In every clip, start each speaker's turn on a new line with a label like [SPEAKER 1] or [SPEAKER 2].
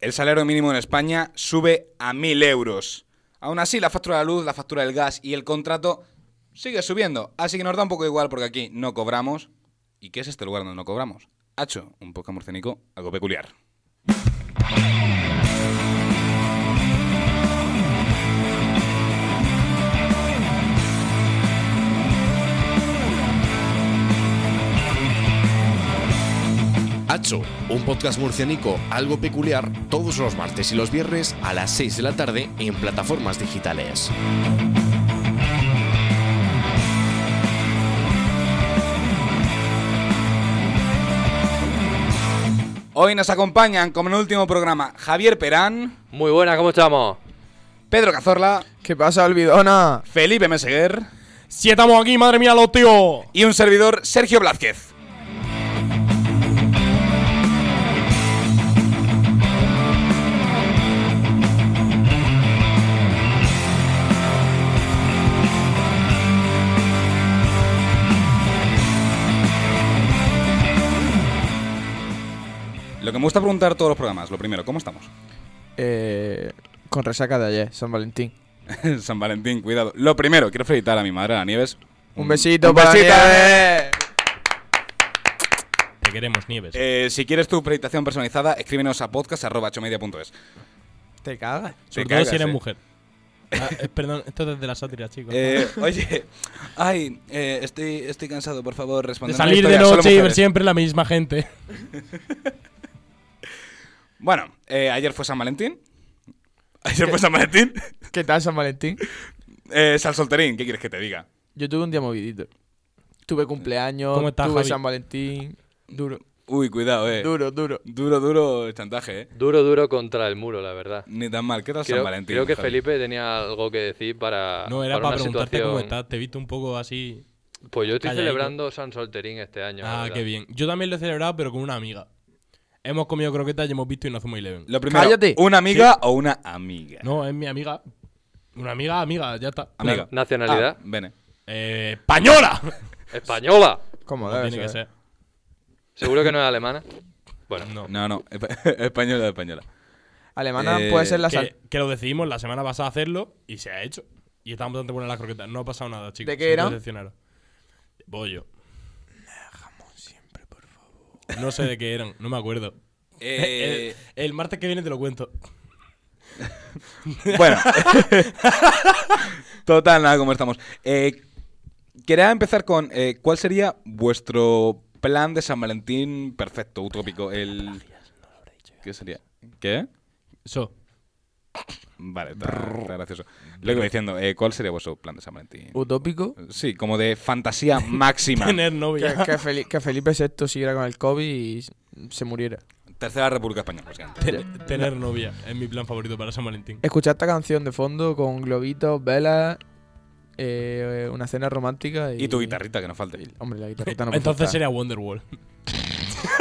[SPEAKER 1] el salario mínimo en España sube a 1.000 euros. Aún así, la factura de la luz, la factura del gas y el contrato sigue subiendo. Así que nos da un poco igual porque aquí no cobramos. ¿Y qué es este lugar donde no cobramos? Hacho, un poco murciénico, algo peculiar.
[SPEAKER 2] Hacho, un podcast murcianico algo peculiar todos los martes y los viernes a las 6 de la tarde en plataformas digitales.
[SPEAKER 1] Hoy nos acompañan, como en el último programa, Javier Perán,
[SPEAKER 3] Muy buena, ¿cómo estamos?
[SPEAKER 1] Pedro Cazorla,
[SPEAKER 4] ¿Qué pasa, Olvidona?
[SPEAKER 1] Felipe Meseguer
[SPEAKER 4] Si estamos aquí, madre mía, los tíos.
[SPEAKER 1] y un servidor, Sergio Blázquez. Lo que me gusta preguntar todos los programas, lo primero, ¿cómo estamos?
[SPEAKER 4] Eh, con resaca de ayer, San Valentín.
[SPEAKER 1] San Valentín, cuidado. Lo primero, quiero felicitar a mi madre, a la Nieves.
[SPEAKER 4] Un besito
[SPEAKER 1] Mm. un
[SPEAKER 4] para
[SPEAKER 1] besito,
[SPEAKER 4] Nieves.
[SPEAKER 5] Te queremos, Nieves.
[SPEAKER 1] Eh, si quieres tu felicitación personalizada, escríbenos a podcast.chomedia.es.
[SPEAKER 4] Te cagas.
[SPEAKER 5] Sobre
[SPEAKER 1] te
[SPEAKER 5] todo
[SPEAKER 1] cagas,
[SPEAKER 5] si eres
[SPEAKER 1] eh.
[SPEAKER 5] mujer. Ah, eh, perdón, esto es de la sátira, chicos.
[SPEAKER 1] Eh, oye, ay, eh, estoy, estoy cansado, por favor,
[SPEAKER 5] de
[SPEAKER 1] responder.
[SPEAKER 5] salir de noche y ver siempre la misma gente.
[SPEAKER 1] Bueno, eh, ayer fue San Valentín. Ayer fue San Valentín.
[SPEAKER 4] ¿Qué tal, San Valentín?
[SPEAKER 1] Eh, San Solterín, ¿qué quieres que te diga?
[SPEAKER 4] Yo tuve un día movidito. Tuve cumpleaños,
[SPEAKER 5] ¿Cómo estás,
[SPEAKER 4] tuve
[SPEAKER 5] Javi?
[SPEAKER 4] San Valentín. Duro,
[SPEAKER 1] Uy, cuidado, eh.
[SPEAKER 4] duro, duro.
[SPEAKER 1] Duro, duro el chantaje, eh.
[SPEAKER 3] Duro, duro contra el muro, la verdad.
[SPEAKER 1] Ni tan mal. ¿Qué tal
[SPEAKER 3] Creo,
[SPEAKER 1] San Valentín?
[SPEAKER 3] creo que
[SPEAKER 1] Javi?
[SPEAKER 3] Felipe tenía algo que decir para.
[SPEAKER 5] No, era
[SPEAKER 3] Ah,
[SPEAKER 5] para
[SPEAKER 3] una
[SPEAKER 5] preguntarte
[SPEAKER 3] situación...
[SPEAKER 5] cómo estás. Te he visto un poco así.
[SPEAKER 3] Pues yo estoy
[SPEAKER 5] Calla,
[SPEAKER 3] celebrando San Solterín este año. la
[SPEAKER 5] Ah,
[SPEAKER 3] verdad.
[SPEAKER 5] qué bien. Yo también lo he celebrado, pero con una amiga. Hemos comido croquetas y hemos visto Inazuma Eleven.
[SPEAKER 1] Lo primero,
[SPEAKER 4] Cállate.
[SPEAKER 1] ¿una amiga o una amiga?
[SPEAKER 5] No, es mi amiga. Una amiga, amiga, ya está.
[SPEAKER 1] Amiga.
[SPEAKER 3] Nacionalidad.
[SPEAKER 1] Ah, Bene.
[SPEAKER 5] Eh, ¡Española!
[SPEAKER 3] ¡Española!
[SPEAKER 4] ¿Cómo
[SPEAKER 5] No
[SPEAKER 4] debe
[SPEAKER 5] tiene que ser.
[SPEAKER 3] Seguro que no es alemana. Bueno,
[SPEAKER 5] No.
[SPEAKER 1] No, no. Española, española.
[SPEAKER 4] Alemana
[SPEAKER 1] Eh,
[SPEAKER 4] puede ser la sal.
[SPEAKER 5] Que, que lo decidimos la semana pasada hacerlo y se ha hecho. Y están bastante buenas las croquetas. No ha pasado nada, chicos.
[SPEAKER 4] ¿De qué
[SPEAKER 5] se me
[SPEAKER 4] eran?
[SPEAKER 5] decepcionaron. De Bollo. siempre, por favor. No sé de qué eran, no me acuerdo.
[SPEAKER 1] Eh,
[SPEAKER 5] El, el martes que viene te lo cuento.
[SPEAKER 1] Bueno. Total, nada, como estamos. Eh, quería empezar con eh, ¿cuál sería vuestro plan de San Valentín perfecto, utópico? El... ¿Qué sería? ¿Qué?
[SPEAKER 5] Eso.
[SPEAKER 1] Vale, está, está gracioso. Lo que iba diciendo, eh, ¿cuál sería vuestro plan de San Valentín?
[SPEAKER 4] ¿Utópico?
[SPEAKER 1] Sí, como de fantasía máxima.
[SPEAKER 5] Tener
[SPEAKER 4] Que,
[SPEAKER 5] novia.
[SPEAKER 4] que Feli- que Felipe VI siguiera con el COVID y s- se muriera.
[SPEAKER 1] Tercera República Española, básicamente.
[SPEAKER 5] Ten- tener novia es mi plan favorito para San Valentín.
[SPEAKER 4] Escuchar esta canción de fondo con globitos, velas, eh, una cena romántica y...
[SPEAKER 1] Y tu guitarrita, que no falte.
[SPEAKER 4] Hombre, la guitarrita Ah, no pues puede
[SPEAKER 5] Entonces
[SPEAKER 4] faltar.
[SPEAKER 5] sería Wonderwall.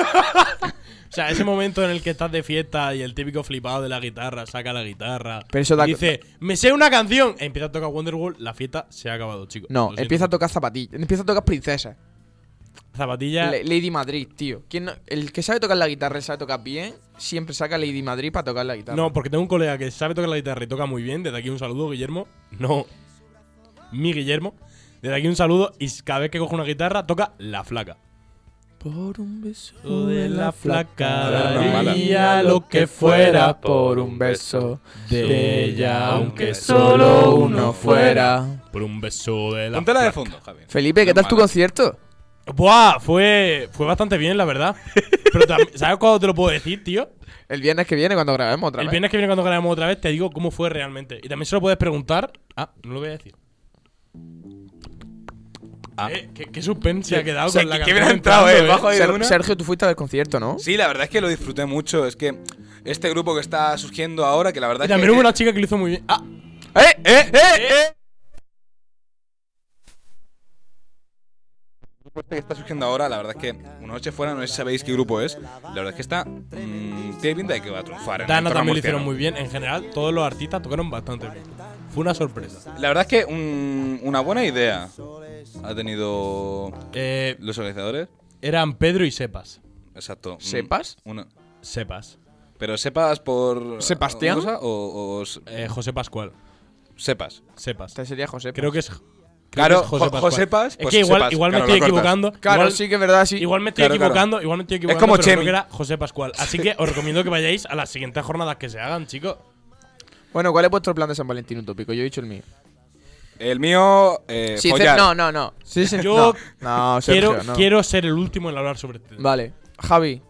[SPEAKER 5] o sea, ese momento en el que estás de fiesta y el típico flipado de la guitarra saca la guitarra
[SPEAKER 4] Pero eso da-
[SPEAKER 5] y dice, me sé una canción, e empieza a tocar Wonderwall, la fiesta se ha acabado, chicos.
[SPEAKER 4] No, empieza a tocar zapatillas. Empieza a tocar princesas.
[SPEAKER 5] Zapatillas.
[SPEAKER 4] La- Lady Madrid, tío. ¿Quién no- el que sabe tocar la guitarra y sabe tocar bien, siempre saca Lady Madrid para tocar la guitarra.
[SPEAKER 5] No, porque tengo un colega que sabe tocar la guitarra y toca muy bien. Desde aquí un saludo, Guillermo. No, mi Guillermo. Desde aquí un saludo y cada vez que coge una guitarra toca la flaca.
[SPEAKER 4] Por un beso
[SPEAKER 5] de la flaca
[SPEAKER 1] daría
[SPEAKER 3] lo que fuera por un beso
[SPEAKER 5] de ella, aunque
[SPEAKER 3] solo uno fuera.
[SPEAKER 5] Por un beso de la
[SPEAKER 1] Póntela de fondo, Javier.
[SPEAKER 4] Felipe, ¿qué
[SPEAKER 1] No es
[SPEAKER 4] tal tu
[SPEAKER 1] mala.
[SPEAKER 4] concierto?
[SPEAKER 5] Buah, fue, fue bastante bien, la verdad. Pero tam- ¿sabes cuándo te lo puedo decir, tío?
[SPEAKER 4] El viernes que viene cuando grabemos otra
[SPEAKER 5] El
[SPEAKER 4] vez.
[SPEAKER 5] viernes que viene cuando grabemos otra vez te digo cómo fue realmente. Y también se lo puedes preguntar. Ah, no lo voy a decir.
[SPEAKER 1] Ah.
[SPEAKER 5] Eh, qué, qué suspense ha quedado
[SPEAKER 1] O sea,
[SPEAKER 5] con la
[SPEAKER 1] que- que
[SPEAKER 5] canción
[SPEAKER 1] bien ha entrado,
[SPEAKER 5] entrando,
[SPEAKER 1] eh, bajo ahí de
[SPEAKER 4] Ser-
[SPEAKER 1] una.
[SPEAKER 4] Sergio, tú fuiste al concierto, ¿no?
[SPEAKER 1] Sí, la verdad es que lo disfruté mucho. Es que este grupo que está surgiendo ahora, que la verdad
[SPEAKER 5] Y
[SPEAKER 1] es que.
[SPEAKER 5] también hubo una chica que lo hizo muy bien. Ah,
[SPEAKER 4] ¡Eh, eh, eh! eh!
[SPEAKER 1] grupo este que está surgiendo ahora, la verdad es que una noche fuera, no sé si sabéis qué grupo es. La verdad es que está. mm, tiene pinta de que va a triunfar. en el entorno
[SPEAKER 5] Dana también lo
[SPEAKER 1] murciano.
[SPEAKER 5] hicieron muy bien. En general, todos los artistas tocaron bastante bien. Fue una sorpresa.
[SPEAKER 1] La verdad es que un- una buena idea ha tenido
[SPEAKER 5] Eh,
[SPEAKER 1] los organizadores.
[SPEAKER 5] eran Pedro y Sepas.
[SPEAKER 1] Exacto. Mm,
[SPEAKER 4] ¿Sepas?
[SPEAKER 1] Una,
[SPEAKER 5] Sepas.
[SPEAKER 1] Pero sepas por.
[SPEAKER 4] ¿Sebastián?
[SPEAKER 1] cosa o, o s-
[SPEAKER 5] Eh, José Pascual.
[SPEAKER 1] sepas.
[SPEAKER 5] Sepas.
[SPEAKER 4] Este sería José.
[SPEAKER 5] Creo que es. creo
[SPEAKER 1] Claro,
[SPEAKER 5] que es José
[SPEAKER 1] Jo-
[SPEAKER 5] Pascual.
[SPEAKER 1] Josepas,
[SPEAKER 5] Es
[SPEAKER 1] pues
[SPEAKER 5] que igual,
[SPEAKER 1] Sepas,
[SPEAKER 5] igual me
[SPEAKER 1] claro,
[SPEAKER 5] estoy
[SPEAKER 1] lo cortas.
[SPEAKER 5] equivocando.
[SPEAKER 4] Claro,
[SPEAKER 5] igual,
[SPEAKER 4] sí que es verdad, sí.
[SPEAKER 5] Igual me estoy
[SPEAKER 1] Claro, claro.
[SPEAKER 5] equivocando, igual me estoy equivocando.
[SPEAKER 1] como
[SPEAKER 5] pero creo
[SPEAKER 1] Chemi.
[SPEAKER 5] que era José Pascual. Así que os recomiendo que vayáis a las siguientes jornadas que se hagan, chicos.
[SPEAKER 4] Bueno, ¿cuál es vuestro plan de San Valentín utópico? Yo he dicho el mío.
[SPEAKER 1] El mío. Eh,
[SPEAKER 4] Sí,
[SPEAKER 1] follar.
[SPEAKER 4] no, no, no. Sí, sí,
[SPEAKER 5] Yo
[SPEAKER 4] no, no, Sergio,
[SPEAKER 5] Quiero,
[SPEAKER 4] no.
[SPEAKER 5] quiero ser el último en hablar sobre este tema.
[SPEAKER 4] Vale. Javi,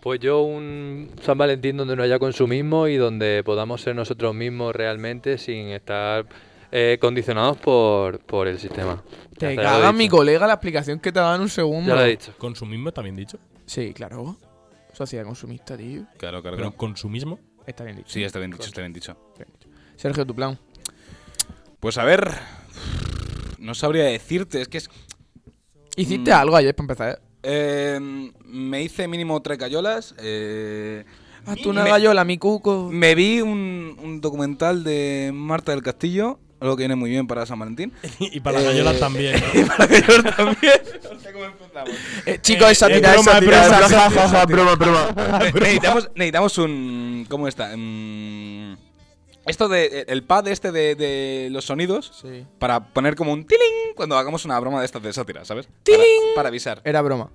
[SPEAKER 6] Pues yo un San Valentín donde no haya consumismo y donde podamos ser nosotros mismos realmente sin estar eh, condicionados por, por el sistema. Ya
[SPEAKER 4] te
[SPEAKER 6] te lo he
[SPEAKER 4] caga mi
[SPEAKER 6] dicho.
[SPEAKER 4] colega la explicación que te dan un segundo.
[SPEAKER 6] Ya lo he dicho.
[SPEAKER 5] Consumismo está bien dicho.
[SPEAKER 4] Sí, claro. Sociedad consumista, tío.
[SPEAKER 1] Claro, claro,
[SPEAKER 5] Pero
[SPEAKER 1] claro.
[SPEAKER 5] consumismo.
[SPEAKER 4] Está bien dicho.
[SPEAKER 1] Sí, está bien dicho, está bien dicho.
[SPEAKER 4] Sergio, tu plan.
[SPEAKER 1] Pues a ver. No sabría decirte, es que es.
[SPEAKER 4] Hiciste algo ayer para empezar. ¿eh?
[SPEAKER 1] eh, me hice mínimo tres gallolas. Eh,
[SPEAKER 4] Haz tú una
[SPEAKER 1] me- Mm.
[SPEAKER 4] gallola, mi cuco.
[SPEAKER 1] Me vi un, un documental de Marta del Castillo, algo que viene muy bien para San Valentín.
[SPEAKER 5] y para
[SPEAKER 1] Eh,
[SPEAKER 5] las gallolas también. ¿no?
[SPEAKER 1] para gallolas también. no sé cómo empezamos.
[SPEAKER 4] Eh, chicos, esa
[SPEAKER 5] eh,
[SPEAKER 4] tira,
[SPEAKER 5] broma,
[SPEAKER 7] Ah,
[SPEAKER 4] esa tira,
[SPEAKER 5] broma,
[SPEAKER 4] esa tira.
[SPEAKER 5] Ah,
[SPEAKER 1] Ne- necesitamos, necesitamos un. ¿Cómo está? Mm, esto de. El pad este de, de los sonidos.
[SPEAKER 4] Sí.
[SPEAKER 1] Para poner como un tiling cuando hagamos una broma de estas de sátira, ¿sabes? Para- Para, avisar.
[SPEAKER 4] Era broma.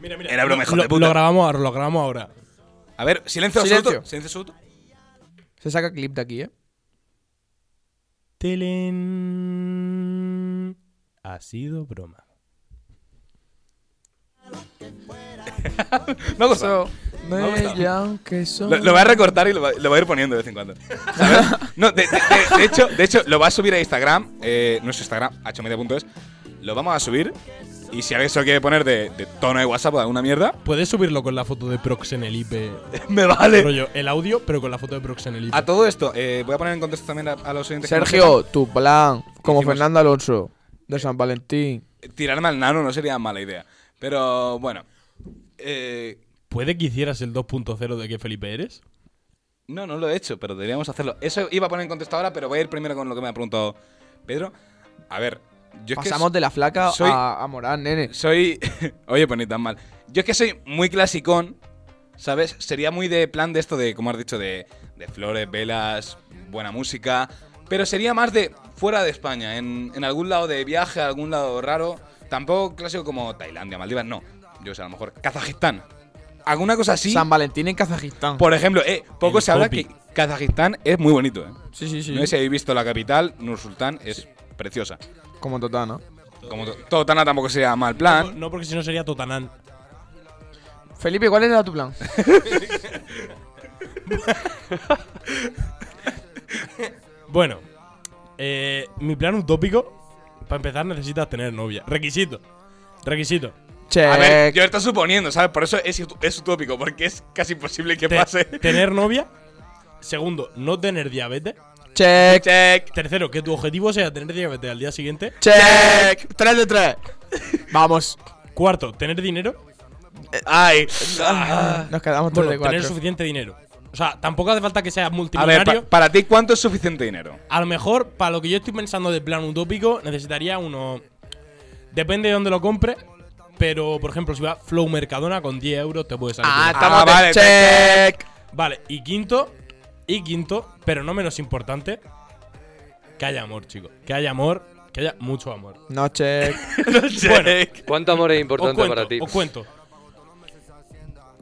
[SPEAKER 5] Mira, mira.
[SPEAKER 1] Era broma,
[SPEAKER 5] lo,
[SPEAKER 1] hijo de
[SPEAKER 5] lo-
[SPEAKER 1] puta.
[SPEAKER 5] lo grabamos ahora, lo grabamos ahora.
[SPEAKER 1] A ver, silencio
[SPEAKER 4] Silencio.
[SPEAKER 1] absoluto. Silencio absoluto.
[SPEAKER 4] Se saca clip de aquí, ¿eh?
[SPEAKER 5] Tilín. Ha sido broma.
[SPEAKER 1] Me ha gustado.
[SPEAKER 4] Bella, aunque soy-
[SPEAKER 1] Lo, lo voy a recortar y lo, va- lo voy a ir poniendo de vez en cuando. ¿Sabes? No, de, de- de- de hecho, de hecho, lo va a subir a Instagram, eh, nuestro Instagram, hmedia.es. Lo vamos a subir. Y si alguien se lo quiere poner de, de tono de WhatsApp o alguna mierda,
[SPEAKER 5] ¿Puedes subirlo con la foto de Proxenelipe?
[SPEAKER 1] me vale.
[SPEAKER 5] Rollo, el audio, pero con la foto de Proxenelipe.
[SPEAKER 1] A todo esto, eh, voy a poner en contexto también a, a los siguientes. que nos
[SPEAKER 4] Sergio, tu plan. Como
[SPEAKER 1] Hicimos-
[SPEAKER 4] Fernando Alonso. De San Valentín.
[SPEAKER 1] dejan. Tirarme al nano no sería mala idea. Pero bueno. Eh,
[SPEAKER 5] ¿Puede que hicieras el 2.0 de que Felipe eres?
[SPEAKER 1] No, no lo he hecho, pero deberíamos hacerlo. Eso iba a poner en contexto ahora, pero voy a ir primero con lo que me ha preguntado Pedro. A ver, yo es que
[SPEAKER 4] Pasamos de la flaca
[SPEAKER 1] soy-
[SPEAKER 4] a, a Morán, nene.
[SPEAKER 1] soy. Oye, pues ni tan mal. Yo es que soy muy clasicón, ¿sabes? Sería muy de plan de esto de, como has dicho, de, de flores, velas, buena música. Pero sería más de fuera de España, en, en algún lado de viaje, algún lado raro. Tampoco clásico como Tailandia, Maldivas, no. Yo sé, a lo mejor Kazajistán. Alguna cosa así.
[SPEAKER 4] San Valentín en Kazajistán.
[SPEAKER 1] Por ejemplo, eh, poco
[SPEAKER 5] El
[SPEAKER 1] se habla
[SPEAKER 5] topic.
[SPEAKER 1] que Kazajistán es muy bonito, eh.
[SPEAKER 4] Sí, sí, sí.
[SPEAKER 1] No sé si habéis visto la capital, Nursultán, es preciosa.
[SPEAKER 4] Como total, ¿no?
[SPEAKER 1] Como to- todo Tana tampoco sería mal plan.
[SPEAKER 5] No, porque si no sería Totanán.
[SPEAKER 4] Felipe, ¿cuál era tu plan?
[SPEAKER 5] Bueno, eh, mi plan utópico, para empezar necesitas tener novia. Requisito. Requisito.
[SPEAKER 4] Che,
[SPEAKER 1] A ver, yo está suponiendo, ¿sabes? Por eso es, ut- es utópico, porque es casi imposible que
[SPEAKER 5] Te-
[SPEAKER 1] pase.
[SPEAKER 5] Tener novia. Segundo, no tener diabetes.
[SPEAKER 4] check, check,
[SPEAKER 5] Tercero, que tu objetivo sea tener diabetes al día siguiente.
[SPEAKER 4] check. 3 de 3. Vamos.
[SPEAKER 5] Cuarto, tener dinero.
[SPEAKER 1] Ay.
[SPEAKER 4] Nos quedamos 3
[SPEAKER 5] Bueno,
[SPEAKER 4] de
[SPEAKER 5] tener
[SPEAKER 4] 4.
[SPEAKER 5] suficiente dinero. O sea, tampoco hace falta que seas
[SPEAKER 1] A ver,
[SPEAKER 5] multimillonario.
[SPEAKER 1] pa- para ti, ¿cuánto es suficiente dinero?
[SPEAKER 5] A lo mejor, para lo que yo estoy pensando de plan utópico, necesitaría uno. Depende de dónde lo compre. Pero, por ejemplo, si va Flow Mercadona con 10 euros, te puede salir.
[SPEAKER 4] Ah,
[SPEAKER 5] bien.
[SPEAKER 4] estamos
[SPEAKER 1] Ah,
[SPEAKER 4] de
[SPEAKER 1] vale,
[SPEAKER 4] check.
[SPEAKER 5] Vale, y quinto. Y quinto, pero no menos importante. Que haya amor, chicos. Que haya amor. Que haya mucho amor.
[SPEAKER 4] No check.
[SPEAKER 5] Bueno,
[SPEAKER 6] ¿Cuánto amor es
[SPEAKER 5] os
[SPEAKER 6] importante
[SPEAKER 5] cuento,
[SPEAKER 6] para ti?
[SPEAKER 5] os cuento.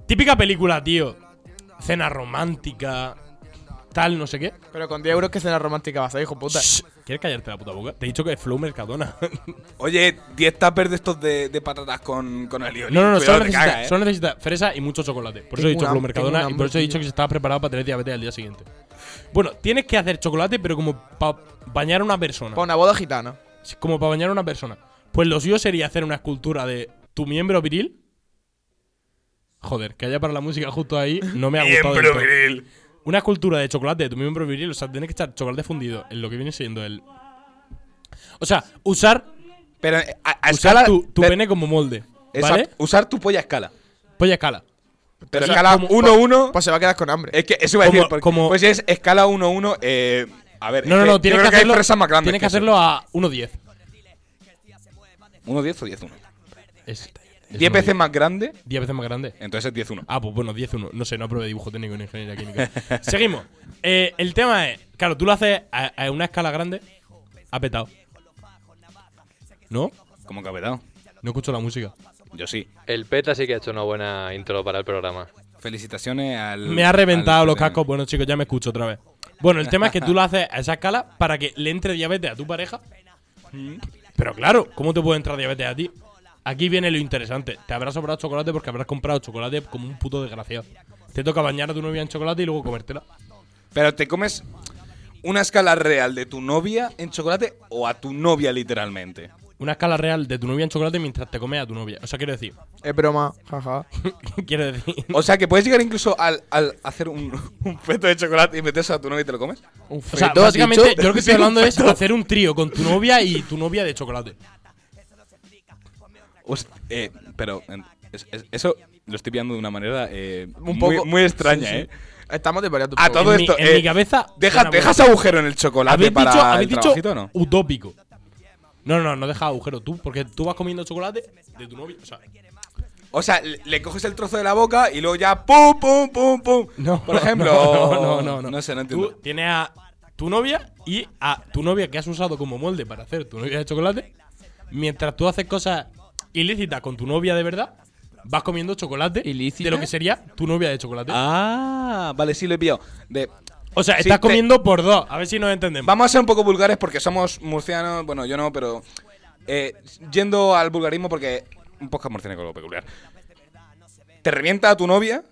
[SPEAKER 5] Típica película, tío. Cena romántica. Tal, no sé qué.
[SPEAKER 4] Pero con 10 euros que cena romántica vas a, hijo puta.
[SPEAKER 5] Shh, ¿Quieres callarte la puta boca? Te he dicho que es Flow Mercadona.
[SPEAKER 1] Oye, 10 tuppers de estos de, de patatas con, con alioli.
[SPEAKER 5] No, no, no,
[SPEAKER 1] Cuidado,
[SPEAKER 5] solo
[SPEAKER 1] te
[SPEAKER 5] necesita,
[SPEAKER 1] caga, ¿eh?
[SPEAKER 5] solo necesita fresa y mucho chocolate. Por eso he
[SPEAKER 4] Tengo
[SPEAKER 5] dicho
[SPEAKER 4] un
[SPEAKER 5] Flow
[SPEAKER 4] ham-
[SPEAKER 5] Mercadona
[SPEAKER 4] tengo un
[SPEAKER 5] y por eso he
[SPEAKER 4] hambre,
[SPEAKER 5] dicho
[SPEAKER 4] tío.
[SPEAKER 5] que se estaba preparado para tener diabetes al día siguiente. Bueno, tienes que hacer chocolate, pero como para bañar a una persona.
[SPEAKER 4] Para una boda gitana.
[SPEAKER 5] Sí, Como para bañar a una persona. Pues lo suyo sería hacer una escultura de tu miembro viril. Joder, que haya para la música justo ahí, no me ha gustado. del todo.
[SPEAKER 1] Grill.
[SPEAKER 5] Una escultura de chocolate de tu miembro viril, o sea, tienes que echar chocolate fundido en lo que viene siendo el. O sea, usar,
[SPEAKER 1] Pero eh, a, a
[SPEAKER 5] usar
[SPEAKER 1] escala.
[SPEAKER 5] tu, tu
[SPEAKER 1] pe-
[SPEAKER 5] pene como molde.
[SPEAKER 1] exacto,
[SPEAKER 5] ¿Vale?
[SPEAKER 1] Usar tu polla a escala.
[SPEAKER 5] Polla escala.
[SPEAKER 1] Pero
[SPEAKER 5] O sea,
[SPEAKER 1] escala
[SPEAKER 5] como-
[SPEAKER 1] 1-1.
[SPEAKER 4] Pues se va a quedar con hambre.
[SPEAKER 1] Es que eso iba a decir,
[SPEAKER 5] Como-
[SPEAKER 1] porque
[SPEAKER 5] como-
[SPEAKER 1] pues es escala 1-1, eh, a ver,
[SPEAKER 5] No, no,
[SPEAKER 1] es
[SPEAKER 5] no,
[SPEAKER 1] yo
[SPEAKER 5] tienes
[SPEAKER 1] creo
[SPEAKER 5] que,
[SPEAKER 1] hay
[SPEAKER 5] hacerlo,
[SPEAKER 1] fresas más grandes
[SPEAKER 5] tienes que
[SPEAKER 1] eso.
[SPEAKER 5] hacerlo a 1.10.
[SPEAKER 1] 1-10 o 10-1.
[SPEAKER 5] Es-
[SPEAKER 1] 10 veces más grande,
[SPEAKER 5] 10 veces más grande.
[SPEAKER 1] entonces es 10-1.
[SPEAKER 5] Ah, pues bueno, 10-1. No sé, no aprobé dibujo técnico en ingeniería química. Seguimos. Eh, el tema es, claro, tú lo haces a, a una escala grande, ha petado. ¿No?
[SPEAKER 1] ¿Cómo que ha petado?
[SPEAKER 5] No escucho la música.
[SPEAKER 1] Yo sí.
[SPEAKER 6] El PETA sí que ha hecho una buena intro para el programa.
[SPEAKER 1] Felicitaciones al.
[SPEAKER 5] Me ha reventado
[SPEAKER 1] al-
[SPEAKER 5] los cascos. Bueno, chicos, ya me escucho otra vez. Bueno, el tema es que tú lo haces a esa escala para que le entre diabetes a tu pareja. Pero claro, ¿cómo te puede entrar diabetes a ti? Aquí viene lo interesante. Te habrás sobrado chocolate porque habrás comprado chocolate como un puto desgraciado. Te toca bañar a tu novia en chocolate y luego comértela.
[SPEAKER 1] Pero te comes una escala real de tu novia en chocolate o a tu novia literalmente.
[SPEAKER 5] Una escala real de tu novia en chocolate mientras te comes a tu novia. O sea, quiero decir.
[SPEAKER 4] Es broma, jaja.
[SPEAKER 5] quiero decir.
[SPEAKER 1] O sea que puedes llegar incluso al, al hacer un, un feto de chocolate y metes a tu novia y te lo comes.
[SPEAKER 4] Un
[SPEAKER 5] O sea,
[SPEAKER 4] feto, ¿has dicho?
[SPEAKER 5] básicamente, yo lo que estoy hablando es hacer un trío con tu novia y tu novia de chocolate.
[SPEAKER 1] Host- eh, pero en- es- es- eso lo estoy pillando de una manera eh,
[SPEAKER 4] Un
[SPEAKER 1] muy,
[SPEAKER 4] poco-
[SPEAKER 1] muy extraña,
[SPEAKER 4] sí, sí.
[SPEAKER 1] ¿eh?
[SPEAKER 4] Estamos de variados.
[SPEAKER 1] A todo
[SPEAKER 5] En mi-
[SPEAKER 1] esto.
[SPEAKER 5] en
[SPEAKER 1] eh,
[SPEAKER 5] mi cabeza
[SPEAKER 1] Deja,
[SPEAKER 5] suena
[SPEAKER 1] dejas
[SPEAKER 5] bonito.
[SPEAKER 1] agujero en el chocolate
[SPEAKER 5] Habéis
[SPEAKER 1] para
[SPEAKER 5] dicho, habéis
[SPEAKER 1] el
[SPEAKER 5] dicho
[SPEAKER 1] trabajito, ¿no?
[SPEAKER 5] utópico. No, no, no deja agujero tú, porque tú vas comiendo chocolate de tu novia. O sea,
[SPEAKER 1] O sea, le, le coges el trozo de la boca y luego ya pum, pum, pum, pum. Por ejemplo.
[SPEAKER 5] no, no, no, no.
[SPEAKER 1] No sé, no entiendo.
[SPEAKER 5] tú tienes a tu novia y a tu novia que has usado como molde para hacer tu novia de chocolate. Mientras tú haces cosas ilícitas con tu novia de verdad, vas comiendo chocolate
[SPEAKER 4] ¿Ilícita?
[SPEAKER 5] de lo que sería tu novia de chocolate.
[SPEAKER 1] Ah, vale, sí lo he pillado. De,
[SPEAKER 5] o sea,
[SPEAKER 1] sí,
[SPEAKER 5] estás
[SPEAKER 1] te-
[SPEAKER 5] comiendo por dos. A ver si nos entendemos.
[SPEAKER 1] Vamos a ser un poco vulgares porque somos murcianos. Bueno, yo no, pero. eh, yendo al vulgarismo porque. Un podcast murciano es algo peculiar. Te revienta a tu novia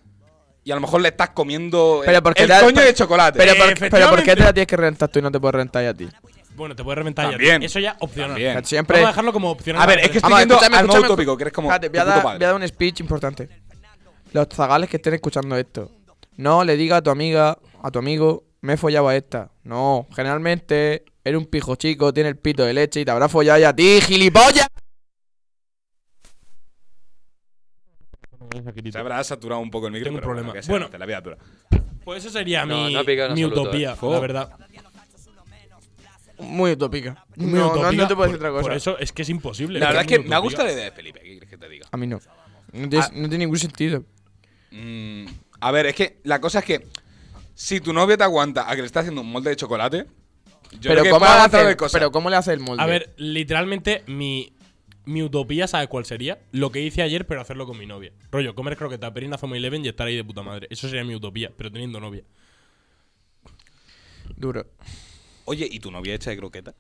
[SPEAKER 1] y a lo mejor le estás comiendo el-
[SPEAKER 4] Pero porque
[SPEAKER 1] el
[SPEAKER 4] te-
[SPEAKER 1] coño
[SPEAKER 4] pe-
[SPEAKER 1] de chocolate.
[SPEAKER 4] Pero, por, pero ¿por qué
[SPEAKER 5] Efectivamente.
[SPEAKER 4] te la tienes que rentar tú y no te puedes rentar ya a ti?
[SPEAKER 5] Bueno, te puedes reventar
[SPEAKER 1] También.
[SPEAKER 5] ya. Eso ya opcional.
[SPEAKER 1] También. Bien.
[SPEAKER 4] Siempre.
[SPEAKER 5] Vamos a dejarlo como opcional.
[SPEAKER 1] A ver,
[SPEAKER 5] para
[SPEAKER 1] es que
[SPEAKER 5] hacer-
[SPEAKER 1] estoy yendo al modo
[SPEAKER 4] escúchame.
[SPEAKER 1] utópico, que eres como
[SPEAKER 4] Espérate, voy a,
[SPEAKER 1] tu puto
[SPEAKER 4] dar,
[SPEAKER 1] padre.
[SPEAKER 4] voy a dar un speech importante. Los zagales que estén escuchando esto, no le diga a tu amiga, a tu amigo, me he follado a esta. No, generalmente eres un pijo chico, tiene el pito de leche y te habrá follado ya a ti, gilipollas.
[SPEAKER 1] Se habrá saturado un poco el micro.
[SPEAKER 5] Tengo un
[SPEAKER 1] pero
[SPEAKER 5] problema.
[SPEAKER 1] que se
[SPEAKER 5] Bueno.
[SPEAKER 1] adelante, la vida dura.
[SPEAKER 5] Pues eso sería
[SPEAKER 6] No,
[SPEAKER 5] mi,
[SPEAKER 6] no ha picado en
[SPEAKER 5] mi
[SPEAKER 6] absoluto,
[SPEAKER 5] utopía,
[SPEAKER 6] eh.
[SPEAKER 5] la verdad.
[SPEAKER 4] Muy utópica.
[SPEAKER 5] Mi
[SPEAKER 4] No, no,
[SPEAKER 5] utopía,
[SPEAKER 4] no te puedo
[SPEAKER 5] por-
[SPEAKER 4] decir otra cosa.
[SPEAKER 5] Por eso es que es imposible.
[SPEAKER 1] La verdad es que
[SPEAKER 5] mi
[SPEAKER 1] me ha
[SPEAKER 5] utopía.
[SPEAKER 1] gustado la idea de Felipe. ¿Qué quieres que te diga?
[SPEAKER 4] A mí no. No
[SPEAKER 1] Ah.
[SPEAKER 4] tiene, no tiene ningún sentido.
[SPEAKER 1] Mm, a ver, es que la cosa es que si tu novia te aguanta a que le estás haciendo un molde de chocolate, yo creo
[SPEAKER 4] pero,
[SPEAKER 1] que
[SPEAKER 4] ¿cómo
[SPEAKER 1] puede
[SPEAKER 4] le
[SPEAKER 1] aguantar
[SPEAKER 4] hace,
[SPEAKER 1] otra
[SPEAKER 4] el-
[SPEAKER 1] cosa.
[SPEAKER 4] pero ¿cómo le hace el molde?
[SPEAKER 5] A ver, literalmente mi, mi utopía, ¿sabes cuál sería? Lo que hice ayer, pero hacerlo con mi novia. Rollo, comer croquetas, perina, fama 11 y estar ahí de puta madre. Eso sería mi utopía, pero teniendo novia.
[SPEAKER 4] Duro.
[SPEAKER 1] Oye, ¿y tu novia hecha de croqueta?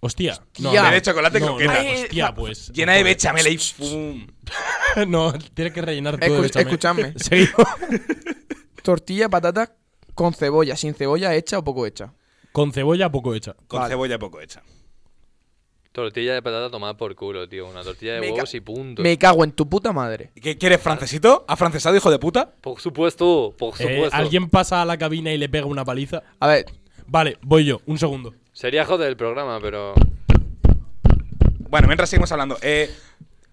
[SPEAKER 5] Hostia. No,
[SPEAKER 4] Hostia.
[SPEAKER 5] no,
[SPEAKER 1] Bebé de chocolate
[SPEAKER 5] no,
[SPEAKER 1] croqueta.
[SPEAKER 5] no, hostia, pues.
[SPEAKER 1] Llena de bechamel y ¡pum!
[SPEAKER 5] no, tienes que rellenar todo.
[SPEAKER 4] Escu-
[SPEAKER 5] de bechamel.
[SPEAKER 4] escuchadme.
[SPEAKER 5] Seguimos.
[SPEAKER 4] Tortilla, patata con cebolla, sin cebolla, hecha o poco hecha.
[SPEAKER 5] Con cebolla poco hecha.
[SPEAKER 1] Con
[SPEAKER 4] Vale.
[SPEAKER 1] cebolla poco hecha.
[SPEAKER 6] Tortilla de patata tomada por culo, tío. Una tortilla de
[SPEAKER 4] Me ca-
[SPEAKER 6] huevos y punto.
[SPEAKER 4] Me cago en tu puta madre.
[SPEAKER 1] ¿Qué quieres, francesito? ¿Afrancesado, hijo de puta?
[SPEAKER 6] Por supuesto, por
[SPEAKER 5] Eh,
[SPEAKER 6] supuesto.
[SPEAKER 5] ¿Alguien pasa a la cabina y le pega una paliza?
[SPEAKER 4] A ver,
[SPEAKER 5] Vale, voy yo, un segundo.
[SPEAKER 6] Sería joder del programa, pero.
[SPEAKER 1] Bueno, mientras seguimos hablando. Eh,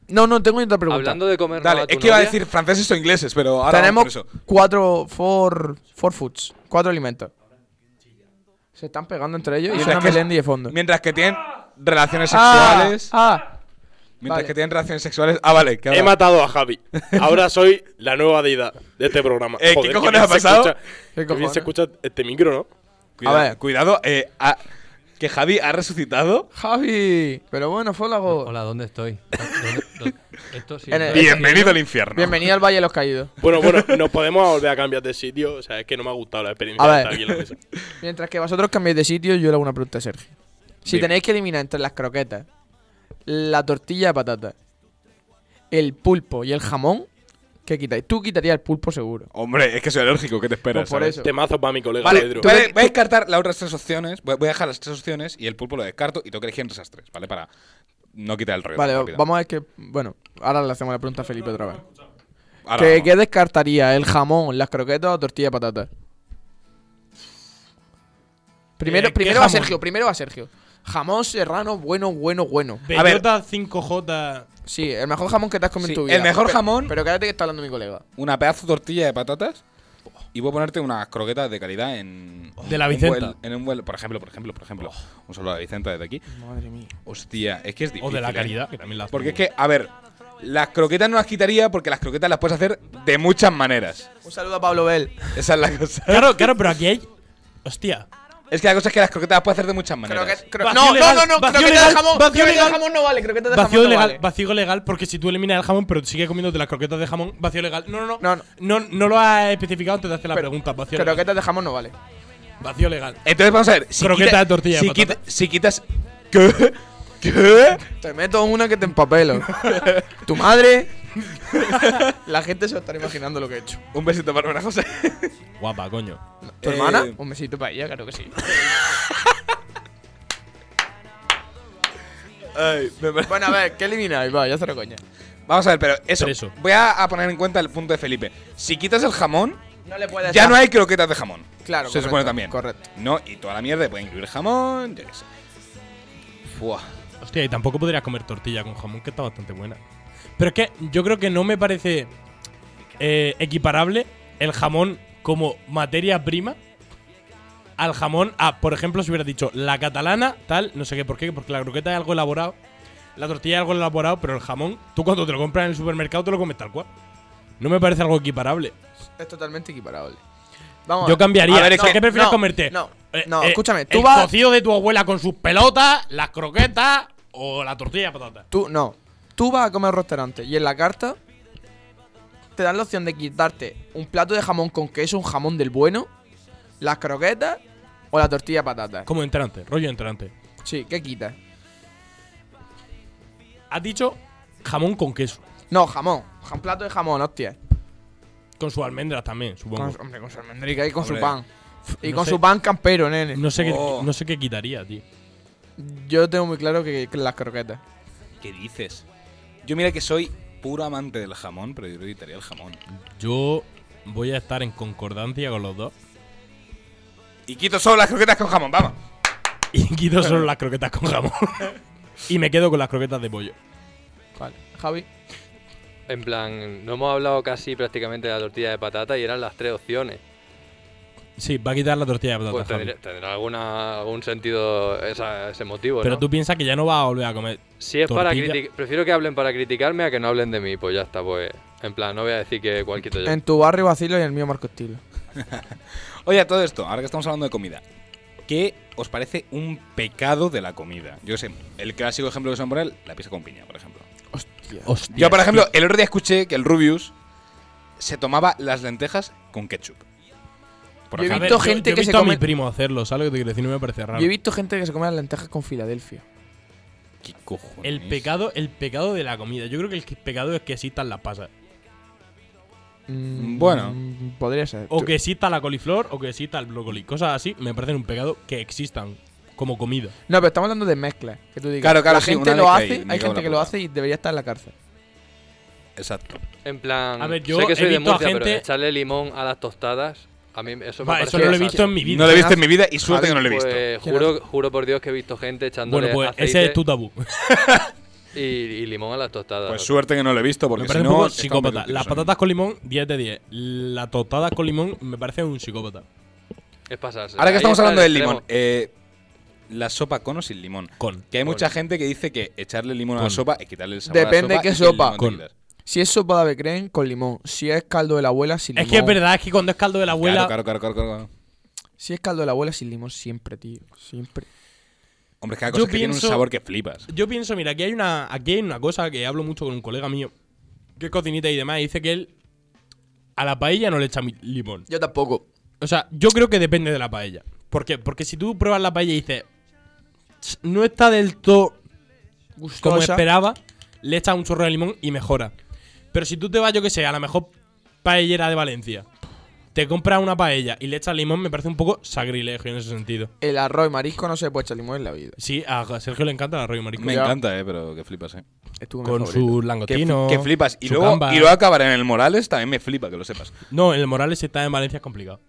[SPEAKER 4] no, no, tengo otra pregunta.
[SPEAKER 6] Hablando de comer.
[SPEAKER 1] dale,
[SPEAKER 6] a tu
[SPEAKER 1] es que iba a
[SPEAKER 6] novia,
[SPEAKER 1] decir franceses o ingleses, pero ahora
[SPEAKER 4] Tenemos
[SPEAKER 1] vamos por eso.
[SPEAKER 4] cuatro four, four foods, cuatro alimentos. Se están pegando entre ellos y
[SPEAKER 1] Mientras
[SPEAKER 4] suena
[SPEAKER 1] que-
[SPEAKER 4] Melendi de fondo.
[SPEAKER 1] Mientras que tienen relaciones
[SPEAKER 4] Ah,
[SPEAKER 1] sexuales.
[SPEAKER 4] ah,
[SPEAKER 1] mientras
[SPEAKER 4] vale.
[SPEAKER 1] que tienen relaciones sexuales. Ah, vale. que
[SPEAKER 8] He
[SPEAKER 1] ahora-
[SPEAKER 8] matado a Javi. Ahora soy la nueva deidad de este programa.
[SPEAKER 1] Eh, ¿qué
[SPEAKER 8] Joder,
[SPEAKER 1] cojones
[SPEAKER 8] bien
[SPEAKER 1] ha
[SPEAKER 8] se
[SPEAKER 1] pasado?
[SPEAKER 8] escucha-
[SPEAKER 4] ¿Qué
[SPEAKER 8] qué bien se
[SPEAKER 4] cojones?
[SPEAKER 8] escucha este micro, ¿no?
[SPEAKER 1] Cuidado,
[SPEAKER 4] ver.
[SPEAKER 1] cuidado, eh, ah, que Javi ha resucitado.
[SPEAKER 4] Javi. Pero bueno, Fólago.
[SPEAKER 9] Hola, ¿dónde estoy? ¿Dónde- dónde- esto sí-
[SPEAKER 4] En el-
[SPEAKER 1] Bienvenido al infierno.
[SPEAKER 4] Eh, Bienvenido al Valle de los Caídos.
[SPEAKER 8] Bueno, bueno, nos podemos volver a cambiar de sitio. O sea, es que no me ha gustado la experiencia
[SPEAKER 4] A
[SPEAKER 8] de
[SPEAKER 4] ver.
[SPEAKER 8] estar aquí en la mesa.
[SPEAKER 4] Mientras que vosotros cambiáis de sitio, yo le hago una pregunta a Sergio. Si
[SPEAKER 1] Dime.
[SPEAKER 4] tenéis que eliminar entre las croquetas, la tortilla de patata, el pulpo y el jamón, ¿qué quitáis? Tú quitarías el pulpo seguro.
[SPEAKER 1] Hombre, es que soy alérgico, ¿qué te esperas?
[SPEAKER 4] Pues por
[SPEAKER 1] sabes?
[SPEAKER 4] eso.
[SPEAKER 8] Temazo para mi colega
[SPEAKER 1] Vale,
[SPEAKER 8] Pedro.
[SPEAKER 1] voy a, voy a descartar las otras tres opciones. Voy voy a dejar las tres opciones y el pulpo lo descarto y tengo que elegir entre esas tres, ¿vale? Para no quitar el rollo.
[SPEAKER 4] Vale,
[SPEAKER 1] de la vida.
[SPEAKER 4] vamos a ver que. Bueno, ahora le hacemos la pregunta a Felipe otra vez.
[SPEAKER 1] Ahora
[SPEAKER 4] ¿Qué,
[SPEAKER 1] vamos.
[SPEAKER 4] qué descartaría? ¿El jamón, las croquetas o tortilla de patata? Primero,
[SPEAKER 5] Eh, ¿qué
[SPEAKER 4] primero va
[SPEAKER 5] jamón?
[SPEAKER 4] Sergio, primero va Sergio. Jamón serrano, bueno, bueno, bueno.
[SPEAKER 1] A ver.
[SPEAKER 5] Bellota 5J.
[SPEAKER 4] Sí, el mejor jamón que te has comido
[SPEAKER 1] Sí,
[SPEAKER 4] en tu vida.
[SPEAKER 1] el mejor
[SPEAKER 4] Pe-
[SPEAKER 1] jamón-
[SPEAKER 4] Pero cállate que está hablando mi colega.
[SPEAKER 1] Una pedazo de tortilla de patatas y voy a ponerte unas croquetas de calidad en.
[SPEAKER 5] De la
[SPEAKER 1] un
[SPEAKER 5] Vicenta.
[SPEAKER 1] vuel- en un vuelo, por ejemplo, por ejemplo, por ejemplo. Un saludo a la Vicenta desde aquí.
[SPEAKER 4] Madre mía.
[SPEAKER 1] Hostia, es que es difícil.
[SPEAKER 5] O de la
[SPEAKER 1] ¿eh?
[SPEAKER 5] caridad, que también la
[SPEAKER 1] Porque es que, a ver, Las croquetas no las quitaría porque las croquetas las puedes hacer de muchas maneras.
[SPEAKER 4] Un saludo a Pablo Bell.
[SPEAKER 1] Esa es la cosa.
[SPEAKER 5] Claro, claro, pero aquí hay. Hostia.
[SPEAKER 1] Es que la cosa es que las croquetas las puedes hacer de muchas maneras.
[SPEAKER 4] Croquet- cro-
[SPEAKER 5] Vacío
[SPEAKER 4] no,
[SPEAKER 5] legal,
[SPEAKER 4] no, no, no,
[SPEAKER 5] vacío
[SPEAKER 4] croqueta de
[SPEAKER 5] legal,
[SPEAKER 4] jamón.
[SPEAKER 5] vacío
[SPEAKER 4] Croqueta de
[SPEAKER 5] legal.
[SPEAKER 4] jamón no vale, croqueta de
[SPEAKER 5] Vacío
[SPEAKER 4] jamón
[SPEAKER 5] legal,
[SPEAKER 4] no vale.
[SPEAKER 5] vacío legal, porque si tú eliminas el jamón, pero sigues comiéndote las croquetas de jamón, vacío legal. No, no,
[SPEAKER 4] No,
[SPEAKER 5] no.
[SPEAKER 4] no.
[SPEAKER 5] No, no, lo has especificado antes de hacer la
[SPEAKER 4] Pero-
[SPEAKER 5] pregunta. Vacío legal.
[SPEAKER 4] Croquetas de jamón no vale.
[SPEAKER 5] Vacío legal.
[SPEAKER 1] Entonces vamos a ver. Si
[SPEAKER 5] Croqueta
[SPEAKER 1] quita-
[SPEAKER 5] de tortilla de
[SPEAKER 1] si,
[SPEAKER 5] patata.
[SPEAKER 1] quita- si quitas. ¿Qué? ¿Qué?
[SPEAKER 4] Te meto una que te empapelo. tu madre. La gente se estará imaginando lo que he hecho.
[SPEAKER 1] Un besito para María José.
[SPEAKER 5] Guapa, coño.
[SPEAKER 4] ¿Tu
[SPEAKER 1] Eh,
[SPEAKER 4] hermana? Un besito para ella, claro que sí.
[SPEAKER 1] Ay, me pare-
[SPEAKER 4] bueno, a ver, ¿qué elimináis? Va, ya se lo coña.
[SPEAKER 1] Vamos a ver, pero eso.
[SPEAKER 5] Pero eso.
[SPEAKER 1] Voy a, a poner en cuenta el punto de Felipe. Si quitas el jamón,
[SPEAKER 4] No le puedes
[SPEAKER 1] ya no hay croquetas de jamón.
[SPEAKER 4] Claro,
[SPEAKER 1] Se
[SPEAKER 4] correcto,
[SPEAKER 1] supone también.
[SPEAKER 4] correcto.
[SPEAKER 1] No, y toda la mierda puede incluir jamón, yo qué sé. Fua.
[SPEAKER 5] Hostia, y tampoco podría comer tortilla con jamón, que está bastante buena. Pero es que yo creo que no me parece eh, equiparable el jamón como materia prima al jamón a, por ejemplo, si hubiera dicho la catalana, tal, no sé qué, por qué, porque la croqueta es algo elaborado, la tortilla es algo elaborado, pero el jamón, tú cuando te lo compras en el supermercado te lo comes tal cual. No me parece algo equiparable.
[SPEAKER 4] Es totalmente equiparable. Vamos.
[SPEAKER 5] Yo cambiaría.
[SPEAKER 1] A ver, es
[SPEAKER 5] O sea,
[SPEAKER 1] que-
[SPEAKER 5] ¿Qué prefieres
[SPEAKER 4] no,
[SPEAKER 5] comerte?
[SPEAKER 4] no,
[SPEAKER 5] Eh,
[SPEAKER 4] no,
[SPEAKER 5] eh,
[SPEAKER 4] escúchame, tú
[SPEAKER 5] el
[SPEAKER 4] vas-
[SPEAKER 5] cocido de tu abuela con sus pelotas, las croquetas o la tortilla de patata.
[SPEAKER 4] Tú, no. Tú vas a comer a un restaurante y en la carta te dan la opción de quitarte un plato de jamón con queso, un jamón del bueno, las croquetas o la tortilla de patatas.
[SPEAKER 5] Como entrante, rollo entrante.
[SPEAKER 4] Sí, ¿qué quitas?
[SPEAKER 5] Has dicho jamón con queso.
[SPEAKER 4] No, jamón. Ja- Un plato de jamón, hostia.
[SPEAKER 5] Con sus almendras también, supongo.
[SPEAKER 4] Con, su- hombre, con su almendrica y con
[SPEAKER 1] Hombre.
[SPEAKER 4] su pan. Y
[SPEAKER 5] no
[SPEAKER 4] con
[SPEAKER 5] sé.
[SPEAKER 4] su pan campero, nene.
[SPEAKER 5] No sé, qué,
[SPEAKER 1] Oh.
[SPEAKER 5] no sé qué quitaría, tío.
[SPEAKER 4] Yo tengo muy claro que, que las croquetas.
[SPEAKER 1] ¿Qué dices? Yo mira que soy puro amante del jamón, pero yo quitaría el jamón.
[SPEAKER 5] Yo voy a estar en concordancia con los dos.
[SPEAKER 1] Y quito solo las croquetas con jamón, vamos.
[SPEAKER 5] Y quito solo las croquetas con jamón. y me quedo con las croquetas de pollo.
[SPEAKER 4] Vale. Javi.
[SPEAKER 1] Eh.
[SPEAKER 6] En plan, no hemos hablado casi prácticamente de la tortilla de patata y eran las tres opciones.
[SPEAKER 5] Sí, va a quitar la tortilla de patata.
[SPEAKER 6] Pues
[SPEAKER 5] Javi.
[SPEAKER 6] tendría, tendrá alguna, algún sentido esa- ese motivo,
[SPEAKER 5] Pero
[SPEAKER 6] ¿no?
[SPEAKER 5] tú piensas que ya no vas a volver a comer.
[SPEAKER 6] Si es para
[SPEAKER 5] tortilla-
[SPEAKER 6] criticar... Prefiero que hablen para criticarme a que no hablen de mí. Pues ya está, pues... En plan, no voy a decir que cuál quito yo.
[SPEAKER 4] En tu barrio vacilo y en el mío Marco Estilo.
[SPEAKER 1] Oye, a todo esto, ahora que estamos hablando de comida, ¿qué os parece un pecado de la comida? Yo sé, el clásico ejemplo que son por él, la pizza con piña, por ejemplo.
[SPEAKER 4] Hostia.
[SPEAKER 5] Hostia,
[SPEAKER 1] Yo, por ejemplo, el otro día escuché que el Rubius se tomaba las lentejas con ketchup. Por
[SPEAKER 4] Yo
[SPEAKER 1] ejemplo.
[SPEAKER 4] he
[SPEAKER 5] A ver,
[SPEAKER 4] visto
[SPEAKER 5] yo-
[SPEAKER 4] gente
[SPEAKER 5] yo he
[SPEAKER 4] que se
[SPEAKER 5] visto a
[SPEAKER 4] come-
[SPEAKER 5] mi primo hacerlo, ¿sabes lo que te quiero decir? No me parece raro.
[SPEAKER 4] Yo he visto gente que se come las lentejas con Filadelfia.
[SPEAKER 1] ¿Qué cojones?
[SPEAKER 5] El pecado, el pecado de la comida. Yo creo que el que- pecado es que existan las pasas.
[SPEAKER 4] Mm,
[SPEAKER 1] Bueno.
[SPEAKER 4] Podría ser.
[SPEAKER 5] O
[SPEAKER 4] Tú-
[SPEAKER 5] que exista la coliflor o que exista el brócoli. Cosas así me parecen un pecado que existan como comida.
[SPEAKER 4] No, pero estamos hablando de mezcla. Que tú digas.
[SPEAKER 1] Claro, claro,
[SPEAKER 4] la
[SPEAKER 1] sí,
[SPEAKER 4] gente
[SPEAKER 1] una
[SPEAKER 4] lo
[SPEAKER 1] mezcla
[SPEAKER 4] hace,
[SPEAKER 1] ahí, me
[SPEAKER 4] hay
[SPEAKER 1] cago en
[SPEAKER 4] gente
[SPEAKER 1] la
[SPEAKER 4] que lo
[SPEAKER 1] puta.
[SPEAKER 4] hace y debería estar en la cárcel.
[SPEAKER 1] Exacto.
[SPEAKER 6] En plan,
[SPEAKER 5] A ver, yo
[SPEAKER 6] sé que
[SPEAKER 5] he
[SPEAKER 6] soy de
[SPEAKER 5] visto a
[SPEAKER 6] Murcia, pero
[SPEAKER 5] gente-
[SPEAKER 6] echarle limón a las tostadas, a mí eso me
[SPEAKER 5] Va,
[SPEAKER 6] parece
[SPEAKER 5] eso no lo he
[SPEAKER 6] desastre.
[SPEAKER 5] visto en mi vida.
[SPEAKER 1] No lo he
[SPEAKER 4] ¿Quién
[SPEAKER 1] visto en mi
[SPEAKER 4] hace?
[SPEAKER 1] vida y suerte que no lo he visto.
[SPEAKER 6] Pues,
[SPEAKER 4] ¿Quién
[SPEAKER 6] juro, juro por Dios que he visto gente echándole
[SPEAKER 5] Bueno, pues
[SPEAKER 6] aceite
[SPEAKER 5] ese es tu tabú.
[SPEAKER 6] y, y limón a las tostadas.
[SPEAKER 1] Pues suerte que no lo he visto,
[SPEAKER 5] Me
[SPEAKER 1] porque
[SPEAKER 5] parece
[SPEAKER 1] si
[SPEAKER 5] un poco
[SPEAKER 1] no. estamos
[SPEAKER 5] psicópata.
[SPEAKER 1] metidos
[SPEAKER 5] Las
[SPEAKER 1] en-
[SPEAKER 5] patatas con limón, 10 de 10. La tostada con limón me parece un psicópata.
[SPEAKER 6] es pasarse.
[SPEAKER 1] Ahora que
[SPEAKER 6] Ahí
[SPEAKER 1] estamos
[SPEAKER 6] está
[SPEAKER 1] hablando
[SPEAKER 6] el
[SPEAKER 1] del limón,
[SPEAKER 6] extremo.
[SPEAKER 1] eh, la sopa con o sin limón.
[SPEAKER 5] Con.
[SPEAKER 1] Que hay
[SPEAKER 6] Con.
[SPEAKER 1] mucha gente que dice que echarle limón a la
[SPEAKER 5] Con.
[SPEAKER 1] sopa es quitarle el sabor
[SPEAKER 4] Depende
[SPEAKER 1] a la sopa.
[SPEAKER 4] qué
[SPEAKER 1] y que el
[SPEAKER 4] sopa.
[SPEAKER 1] limón te
[SPEAKER 5] Con.
[SPEAKER 1] quitas.
[SPEAKER 4] Si es sopa de avecren, con limón. Si es caldo de la abuela, sin limón.
[SPEAKER 5] Es que es verdad, es que cuando es caldo de la abuela.
[SPEAKER 1] Claro, claro, claro, claro, claro.
[SPEAKER 4] Si es caldo de la abuela, sin limón, siempre, tío. Siempre.
[SPEAKER 1] Hombre, es que hay
[SPEAKER 5] Yo
[SPEAKER 1] cosas que tienen un
[SPEAKER 5] pienso-
[SPEAKER 1] sabor que flipas.
[SPEAKER 5] Yo pienso, mira, aquí hay una aquí hay una cosa que hablo mucho con un colega mío, que es cocinita y demás, y dice que él a la paella no le echa mi- limón.
[SPEAKER 4] Yo tampoco.
[SPEAKER 5] O sea, yo creo que depende de la paella. ¿Por qué? Porque si tú pruebas la paella y dices, "Ch, no está del todo como
[SPEAKER 4] Gustosa.
[SPEAKER 5] esperaba, le echas un chorro de limón y mejora. Pero si tú te vas, yo que sé, a la mejor paellera de Valencia, te compras una paella y le echas limón, me parece un poco sagrilegio en ese sentido.
[SPEAKER 4] El arroz y marisco no se puede echar limón en la vida.
[SPEAKER 5] Sí, a Sergio le encanta el arroyo marisco.
[SPEAKER 1] Me
[SPEAKER 4] Ya.
[SPEAKER 1] encanta, eh, pero que flipas, eh.
[SPEAKER 4] Es tu
[SPEAKER 5] Con
[SPEAKER 4] comienzo favorito.
[SPEAKER 5] sus
[SPEAKER 1] Que, fli-
[SPEAKER 5] langostinos.
[SPEAKER 1] que flipas. Y
[SPEAKER 5] su
[SPEAKER 1] luego,
[SPEAKER 5] gamba.
[SPEAKER 1] y luego acabar en el Morales también me flipa, que lo sepas.
[SPEAKER 5] No, el Morales está en Valencia es complicado.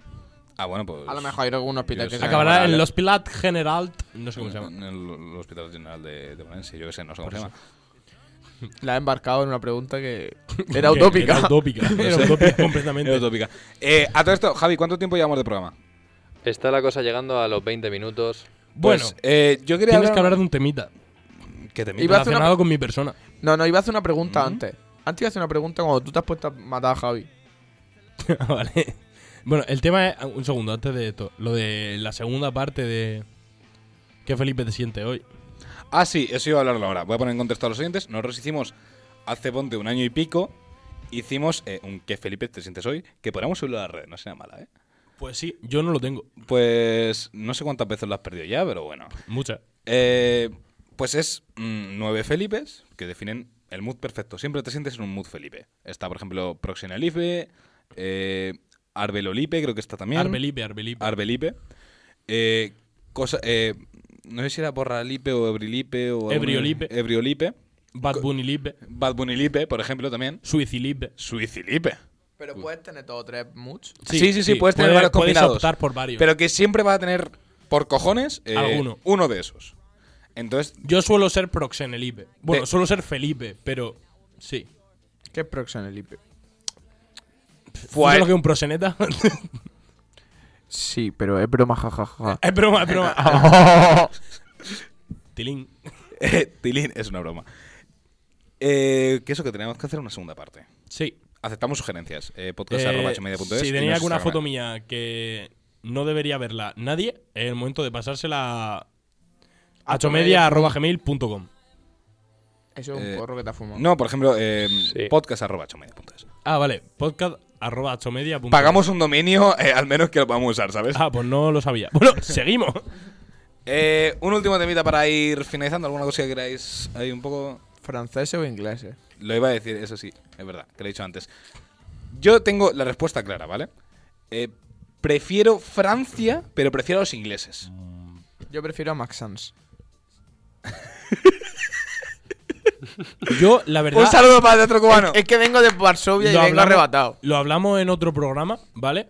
[SPEAKER 1] Ah, bueno, pues.
[SPEAKER 4] A lo mejor hay algún hospital
[SPEAKER 1] Yo
[SPEAKER 4] que
[SPEAKER 1] sé.
[SPEAKER 4] se
[SPEAKER 1] Acaba-
[SPEAKER 5] Acabará
[SPEAKER 1] Morales.
[SPEAKER 5] en los Pilat General. No sé cómo se llama.
[SPEAKER 1] En el, el Hospital General de, de Valencia, yo que sé, no sé cómo se llama.
[SPEAKER 4] La he embarcado en una pregunta que era
[SPEAKER 5] Que
[SPEAKER 4] utópica.
[SPEAKER 5] Era utópica. Era utópica completamente.
[SPEAKER 1] Es utópica. Eh, a todo esto, Javi, ¿cuánto tiempo llevamos de programa?
[SPEAKER 6] Está la cosa llegando a los 20 minutos.
[SPEAKER 5] Bueno,
[SPEAKER 1] Pues, eh, yo quería
[SPEAKER 5] tienes que hablar de un temita.
[SPEAKER 1] que te
[SPEAKER 4] Iba a hacer una-
[SPEAKER 5] relacionado con mi persona.
[SPEAKER 4] No, no, iba a hacer una pregunta antes. Antes iba a hacer una pregunta cuando tú te has puesto a matar a Javi.
[SPEAKER 5] Ah, vale. Bueno, el tema es. Un segundo, antes de esto. Lo de la segunda parte de. ¿Qué Felipe te siente hoy?
[SPEAKER 1] Ah, sí, eso iba a hablarlo ahora. Voy a poner en contexto a los oyentes. Nosotros hicimos hace ponte un año y pico. Hicimos eh, un que Felipe te sientes hoy, que podamos subirlo a la red, no sea mala, ¿eh?
[SPEAKER 5] Pues sí, yo no lo tengo.
[SPEAKER 1] Pues no sé cuántas veces lo has perdido ya, pero bueno.
[SPEAKER 5] Muchas.
[SPEAKER 1] Eh, pues es mm, nueve Felipes que definen el mood perfecto. Siempre te sientes en un mood Felipe. Está, por ejemplo, Proxenelife, eh, Arbelolipe, creo que está también.
[SPEAKER 5] Arbelipe, Arbelipe.
[SPEAKER 1] Arbelipe. Eh, cosa, eh, no sé si era Borralipe o Ebrilipe o... alguna-
[SPEAKER 5] Ebriolipe.
[SPEAKER 1] Ebriolipe.
[SPEAKER 5] Bad Bunny Lipe.
[SPEAKER 1] Bad Bunnylipe, por ejemplo, también.
[SPEAKER 5] Suicilipe.
[SPEAKER 1] Suicilipe.
[SPEAKER 4] Pero puedes tener todos tres muchos.
[SPEAKER 1] Sí, sí, sí, puedes tener varios combinados.
[SPEAKER 5] optar por varios.
[SPEAKER 1] Pero que siempre vas a tener, por cojones, eh,
[SPEAKER 5] Alguno.
[SPEAKER 1] uno de esos. Entonces,
[SPEAKER 5] yo suelo ser Proxenelipe. Bueno,
[SPEAKER 1] De-
[SPEAKER 5] suelo ser Felipe, pero. Sí.
[SPEAKER 4] ¿Qué es Proxenelipe?
[SPEAKER 5] ¿Tú sabes
[SPEAKER 1] fue
[SPEAKER 5] lo que es un proxeneta?
[SPEAKER 4] Sí, pero es broma, jajaja.
[SPEAKER 5] es broma, es broma.
[SPEAKER 1] Oh.
[SPEAKER 5] Tilín.
[SPEAKER 1] Eh, Tilín, es una broma. Eh, que eso que tenemos que hacer una segunda parte.
[SPEAKER 5] Sí.
[SPEAKER 1] Aceptamos sugerencias. Eh,
[SPEAKER 5] Eh,
[SPEAKER 1] podcast.hmedia.es.
[SPEAKER 5] si
[SPEAKER 1] y
[SPEAKER 5] tenéis
[SPEAKER 1] nos
[SPEAKER 5] alguna
[SPEAKER 1] Instagram.
[SPEAKER 5] foto mía que no debería verla nadie, es el momento de pasársela a achomedia.gmail.com.
[SPEAKER 4] Eso es un
[SPEAKER 1] Eh,
[SPEAKER 4] porro que te ha fumado.
[SPEAKER 1] No, por ejemplo, eh,
[SPEAKER 6] Sí.
[SPEAKER 1] podcast.hmedia.es.
[SPEAKER 5] Ah, vale. Podcast arroba achomedia punto com.
[SPEAKER 1] Pagamos un dominio, eh, al menos que lo podamos usar, ¿sabes?
[SPEAKER 5] Ah, pues no lo sabía. Bueno, seguimos.
[SPEAKER 1] Eh, un último temita para ir finalizando. ¿Alguna cosa que queráis ahí un poco?
[SPEAKER 4] ¿Franceses o ingleses?
[SPEAKER 1] Lo iba a decir, eso sí, es verdad, que lo he dicho antes. Yo tengo la respuesta clara, ¿vale? Eh, prefiero Francia, pero prefiero a los ingleses.
[SPEAKER 5] Ah.
[SPEAKER 4] Yo prefiero a Max Sans.
[SPEAKER 5] Yo, la verdad.
[SPEAKER 1] Un saludo para el teatro cubano.
[SPEAKER 5] Eh,
[SPEAKER 4] Es que vengo de Varsovia y
[SPEAKER 5] lo
[SPEAKER 4] vengo
[SPEAKER 5] hablamos-
[SPEAKER 4] arrebatado.
[SPEAKER 5] Lo hablamos en otro programa, ¿vale?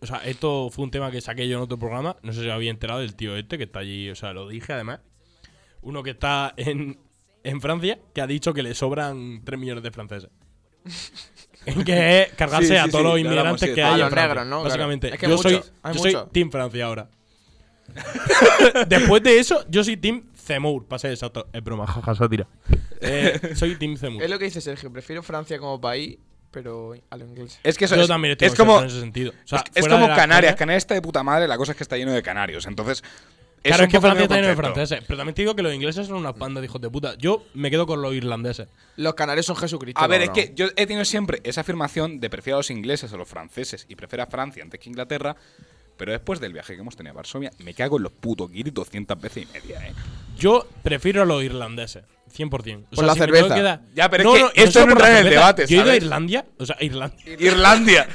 [SPEAKER 5] O sea, esto fue un tema que saqué yo en otro programa. No sé si os había enterado del tío este que está allí. O sea, lo dije además. Uno que está en, en Francia que ha dicho que le sobran 3 millones de franceses. que es cargarse
[SPEAKER 1] Sí,
[SPEAKER 5] a
[SPEAKER 1] sí,
[SPEAKER 5] todos
[SPEAKER 1] sí,
[SPEAKER 5] los
[SPEAKER 1] lo hablamos,
[SPEAKER 5] inmigrantes
[SPEAKER 1] sí,
[SPEAKER 5] que
[SPEAKER 1] está.
[SPEAKER 5] hay
[SPEAKER 4] Ah,
[SPEAKER 5] en
[SPEAKER 4] los
[SPEAKER 5] Francia,
[SPEAKER 4] negros, ¿no? Claro.
[SPEAKER 5] Básicamente.
[SPEAKER 4] Es que
[SPEAKER 5] yo
[SPEAKER 4] muchos,
[SPEAKER 5] soy,
[SPEAKER 4] hay
[SPEAKER 5] yo soy
[SPEAKER 4] muchos.
[SPEAKER 5] Team Francia ahora. Después de eso, yo soy Team Zemmour. Pase exacto. Es broma, jaja, sátira. Eh, soy Team Zemmour.
[SPEAKER 4] Es lo que dice Sergio, prefiero Francia como país, pero a lo inglés.
[SPEAKER 1] Es que eso
[SPEAKER 5] yo
[SPEAKER 1] es,
[SPEAKER 5] también estoy
[SPEAKER 1] es
[SPEAKER 5] con
[SPEAKER 1] como,
[SPEAKER 5] Sergio en ese sentido. O sea,
[SPEAKER 1] es, es
[SPEAKER 5] fuera de
[SPEAKER 1] como
[SPEAKER 5] la
[SPEAKER 1] Canarias.
[SPEAKER 5] coña-
[SPEAKER 1] Canarias está de puta madre, la cosa es que está lleno de canarios. Entonces,
[SPEAKER 5] Claro,
[SPEAKER 1] un
[SPEAKER 5] es que
[SPEAKER 1] poco el
[SPEAKER 5] Francia
[SPEAKER 1] mismo
[SPEAKER 5] está lleno de
[SPEAKER 1] concepto.
[SPEAKER 5] franceses. Pero también te digo que los ingleses son una panda de hijos de puta. Yo me quedo con los irlandeses.
[SPEAKER 4] Los canarios son Jesucristo.
[SPEAKER 1] A ver, es
[SPEAKER 4] cabrón.
[SPEAKER 1] que yo he tenido siempre esa afirmación de prefiero a los ingleses o los franceses y prefiero a Francia antes que Inglaterra. Pero después del viaje que hemos tenido a Varsovia, me cago en los putos guiris 200 veces y media, eh.
[SPEAKER 5] Yo prefiero a los irlandeses. 100%. O
[SPEAKER 4] Por la
[SPEAKER 5] me
[SPEAKER 4] cerveza.
[SPEAKER 5] tengo quedar-
[SPEAKER 1] Ya, pero es que esto
[SPEAKER 5] solo
[SPEAKER 1] no
[SPEAKER 5] por
[SPEAKER 1] entra
[SPEAKER 5] la
[SPEAKER 1] en el
[SPEAKER 5] cerveza.
[SPEAKER 1] debate,
[SPEAKER 5] Yo he ido a
[SPEAKER 1] ¿sabes?
[SPEAKER 5] Irlandia. O sea, a Irlanda.
[SPEAKER 1] Irlandia.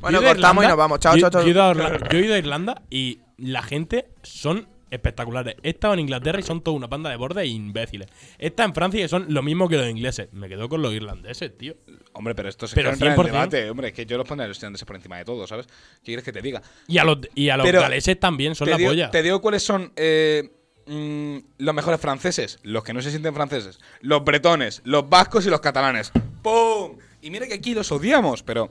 [SPEAKER 4] Bueno,
[SPEAKER 5] Yo he ido a
[SPEAKER 4] cortamos y
[SPEAKER 5] Irlanda,
[SPEAKER 4] nos vamos. Chao,
[SPEAKER 5] yo-
[SPEAKER 4] chao, chao.
[SPEAKER 5] Yo he, ido a Irla- yo he ido a Irlanda y la gente son espectaculares. He estado en Inglaterra y son toda una panda de bordes e imbéciles. He estado en Francia y son lo mismo que los ingleses. Me quedo con los irlandeses, tío.
[SPEAKER 1] Hombre, pero esto se
[SPEAKER 5] Pero
[SPEAKER 1] entra en el
[SPEAKER 5] 100%.
[SPEAKER 1] debate, hombre. Es que yo los pondré a los estudiantes por encima de todo, ¿sabes? ¿Qué quieres que te diga?
[SPEAKER 5] Y a los, y a los
[SPEAKER 1] Pero-
[SPEAKER 5] galeses también, son
[SPEAKER 1] te,
[SPEAKER 5] la
[SPEAKER 1] digo,
[SPEAKER 5] polla.
[SPEAKER 1] te digo cuáles son eh, mm, los mejores franceses, los que no se sienten franceses, los bretones, los vascos y los catalanes. ¡Pum! Y mira que aquí los odiamos, pero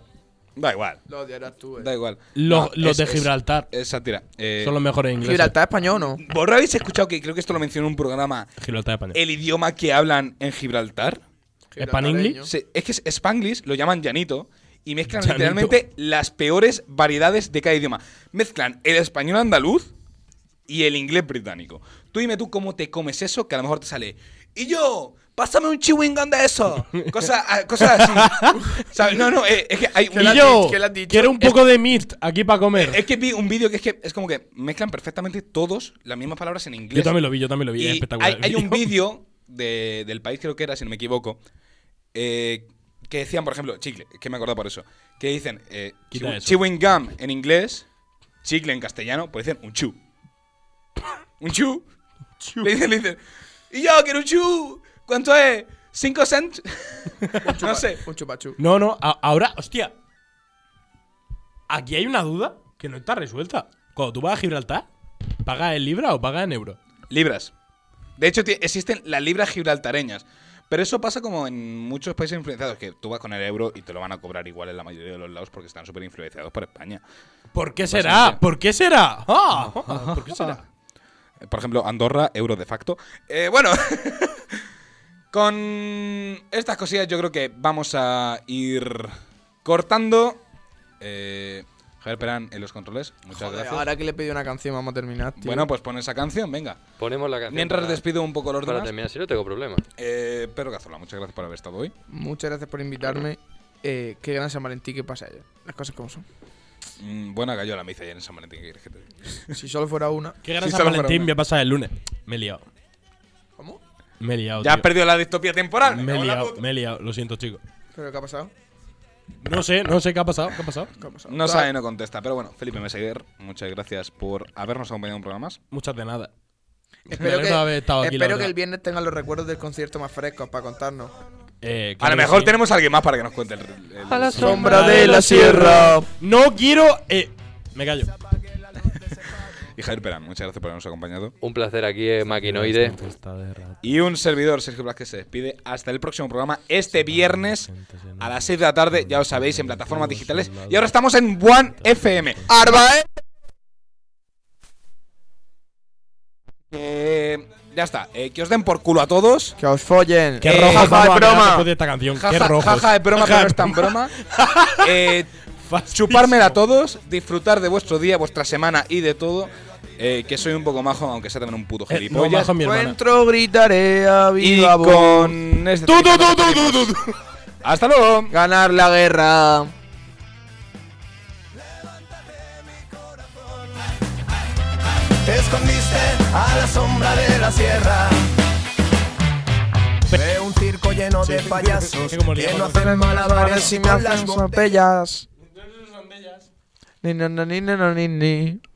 [SPEAKER 1] da igual,
[SPEAKER 4] Lo odiarás tú, eh.
[SPEAKER 1] da igual.
[SPEAKER 5] Los,
[SPEAKER 1] No,
[SPEAKER 5] los
[SPEAKER 1] es-
[SPEAKER 5] de
[SPEAKER 1] es-
[SPEAKER 5] Gibraltar
[SPEAKER 1] Es, sátira. Eh,
[SPEAKER 5] son los mejores ingleses.
[SPEAKER 4] ¿Gibraltar español o no?
[SPEAKER 1] ¿Vosotros habéis escuchado que creo que esto lo mencionó en un programa?
[SPEAKER 5] Gibraltar de España.
[SPEAKER 1] El idioma que hablan en Gibraltar.
[SPEAKER 5] Spanglish.
[SPEAKER 1] Se- es que es Spanglish lo llaman llanito y mezclan
[SPEAKER 5] Llanito.
[SPEAKER 1] literalmente las peores variedades de cada idioma. Mezclan el español andaluz y el inglés británico. Tú dime tú cómo te comes eso que a lo mejor te sale. Y yo, pásame un chewing gum de eso. Cosa- a- Cosas, así. ¿Sabes? No, no, eh, es que hay un
[SPEAKER 5] Y
[SPEAKER 1] vídeo-
[SPEAKER 5] yo
[SPEAKER 4] ¿Qué le has dicho?
[SPEAKER 5] quiero un poco de meat aquí para comer.
[SPEAKER 1] Es que vi un vídeo que es que es como que mezclan perfectamente todos las mismas palabras en inglés.
[SPEAKER 5] yo también lo vi, yo también lo vi. es
[SPEAKER 1] Y
[SPEAKER 5] espectacular.
[SPEAKER 1] hay, hay
[SPEAKER 5] el
[SPEAKER 1] un
[SPEAKER 5] vídeo.
[SPEAKER 1] vídeo de- del país, creo que era, si no me equivoco, eh, que decían, por ejemplo, chicle, que me acordaba por eso, que dicen eh,
[SPEAKER 5] Quita
[SPEAKER 1] chew-
[SPEAKER 5] eso.
[SPEAKER 1] chewing gum en inglés, chicle en castellano, pues dicen un chu. ¿Un chu? Le dicen, le dicen, y yo quiero un chu, ¿cuánto es? ¿Cinco cents? no sé.
[SPEAKER 4] Un chupachú.
[SPEAKER 5] No, no, a- ahora, hostia. Aquí hay una duda que no está resuelta. Cuando tú vas a Gibraltar, ¿pagas en libra o pagas en euro?
[SPEAKER 1] Libras. De hecho, ti- existen las libras gibraltareñas. Pero eso pasa como en muchos países influenciados, que tú vas con el euro y te lo van a cobrar igual en la mayoría de los lados porque están súper influenciados por España.
[SPEAKER 5] ¿Por qué será? ¿Por qué será? Ah, ¿Por qué será?
[SPEAKER 1] Ah. Por ejemplo, Andorra, euro de facto. Eh, bueno, Con estas cosillas yo creo que vamos a ir cortando. Eh, Javier Perán en los controles. Muchas gracias.
[SPEAKER 4] Ahora que le pedí una canción, vamos a terminar, tío.
[SPEAKER 1] Bueno, pues pon esa canción, venga.
[SPEAKER 6] Ponemos la canción.
[SPEAKER 1] Mientras
[SPEAKER 6] para-
[SPEAKER 1] despido un poco los
[SPEAKER 6] Para
[SPEAKER 1] demás.
[SPEAKER 6] terminar, si no tengo problema.
[SPEAKER 1] Eh, Pedro Cazola, muchas gracias por haber estado hoy.
[SPEAKER 4] Muchas gracias por invitarme. Eh, qué gran San Valentín que pasa ayer. Las cosas como son.
[SPEAKER 1] Mm, buena gallola me hice ayer en San Valentín. ¿qué quieres que te diga?
[SPEAKER 4] Si solo fuera una.
[SPEAKER 5] Qué gran
[SPEAKER 1] Sí,
[SPEAKER 5] San
[SPEAKER 1] solo fuera
[SPEAKER 5] Valentín
[SPEAKER 1] una.
[SPEAKER 5] voy a pasar el lunes. Me he liado.
[SPEAKER 4] ¿Cómo?
[SPEAKER 5] Me he liado.
[SPEAKER 1] Ya has
[SPEAKER 5] tío.
[SPEAKER 1] perdido la distopía temporal.
[SPEAKER 5] Me he
[SPEAKER 1] cago en la
[SPEAKER 5] liado,
[SPEAKER 1] puta.
[SPEAKER 5] me he liado. Lo siento, chicos.
[SPEAKER 4] ¿Pero qué ha pasado?
[SPEAKER 5] No sé, no sé qué ha pasado. ¿Qué ha pasado?
[SPEAKER 4] ¿Qué ha pasado?
[SPEAKER 1] No sabe, no contesta. Pero bueno, Felipe Meseguer, muchas gracias por habernos acompañado en un programa más.
[SPEAKER 5] Muchas de nada. Me
[SPEAKER 4] Espero
[SPEAKER 5] alegro
[SPEAKER 4] que,
[SPEAKER 5] de haber estado aquí, la
[SPEAKER 4] espero que
[SPEAKER 5] verdad.
[SPEAKER 4] el viernes tengan los recuerdos del concierto más frescos para contarnos.
[SPEAKER 5] Eh,
[SPEAKER 1] A
[SPEAKER 5] claro
[SPEAKER 1] lo
[SPEAKER 5] que
[SPEAKER 1] mejor
[SPEAKER 5] sí.
[SPEAKER 1] tenemos a alguien más para que nos cuente el. el-
[SPEAKER 4] Sombra de la sierra.
[SPEAKER 5] No quiero. eh, me callo.
[SPEAKER 1] Y Javier Perán, muchas gracias por habernos acompañado.
[SPEAKER 6] Un placer aquí, eh, Maquinoide.
[SPEAKER 1] Y un servidor, Sergio Blas, que se despide. Hasta el próximo programa, este viernes a las 6 de la tarde, ya lo sabéis, en plataformas digitales. Y ahora estamos en One FM.
[SPEAKER 4] ¡Arbae!
[SPEAKER 1] Eh, ya está, eh, que os den por culo a todos.
[SPEAKER 4] Que os follen.
[SPEAKER 5] Qué
[SPEAKER 4] Eh,
[SPEAKER 5] rojo
[SPEAKER 4] jaja, es broma.
[SPEAKER 5] Después de esta canción. Qué
[SPEAKER 1] Jaja,
[SPEAKER 5] rojo.
[SPEAKER 1] jaja de broma, pero no es tan broma. Eh, chupármela
[SPEAKER 5] Eh,
[SPEAKER 1] a todos, disfrutar de vuestro día, vuestra semana y de todo. Eh, que soy un poco majo, aunque sea también un puto
[SPEAKER 5] Eh, no,
[SPEAKER 1] gilipollas.
[SPEAKER 5] bajo mi hermana.
[SPEAKER 4] Encuentro, gritaré a
[SPEAKER 1] y
[SPEAKER 4] viva voz.
[SPEAKER 1] con este. ¡Hasta luego!
[SPEAKER 4] Ganar la guerra.
[SPEAKER 7] Te escondiste a la sombra de la sierra. Ve un circo lleno de payasos
[SPEAKER 5] Sí, como el
[SPEAKER 7] que no
[SPEAKER 5] diablo.
[SPEAKER 7] hacen
[SPEAKER 4] Ahora
[SPEAKER 7] malabares
[SPEAKER 4] si
[SPEAKER 7] y
[SPEAKER 4] me
[SPEAKER 7] con las
[SPEAKER 4] hacen
[SPEAKER 7] botellas.
[SPEAKER 4] sompellas. Ni, no, no, ni, no, no, ni, ni.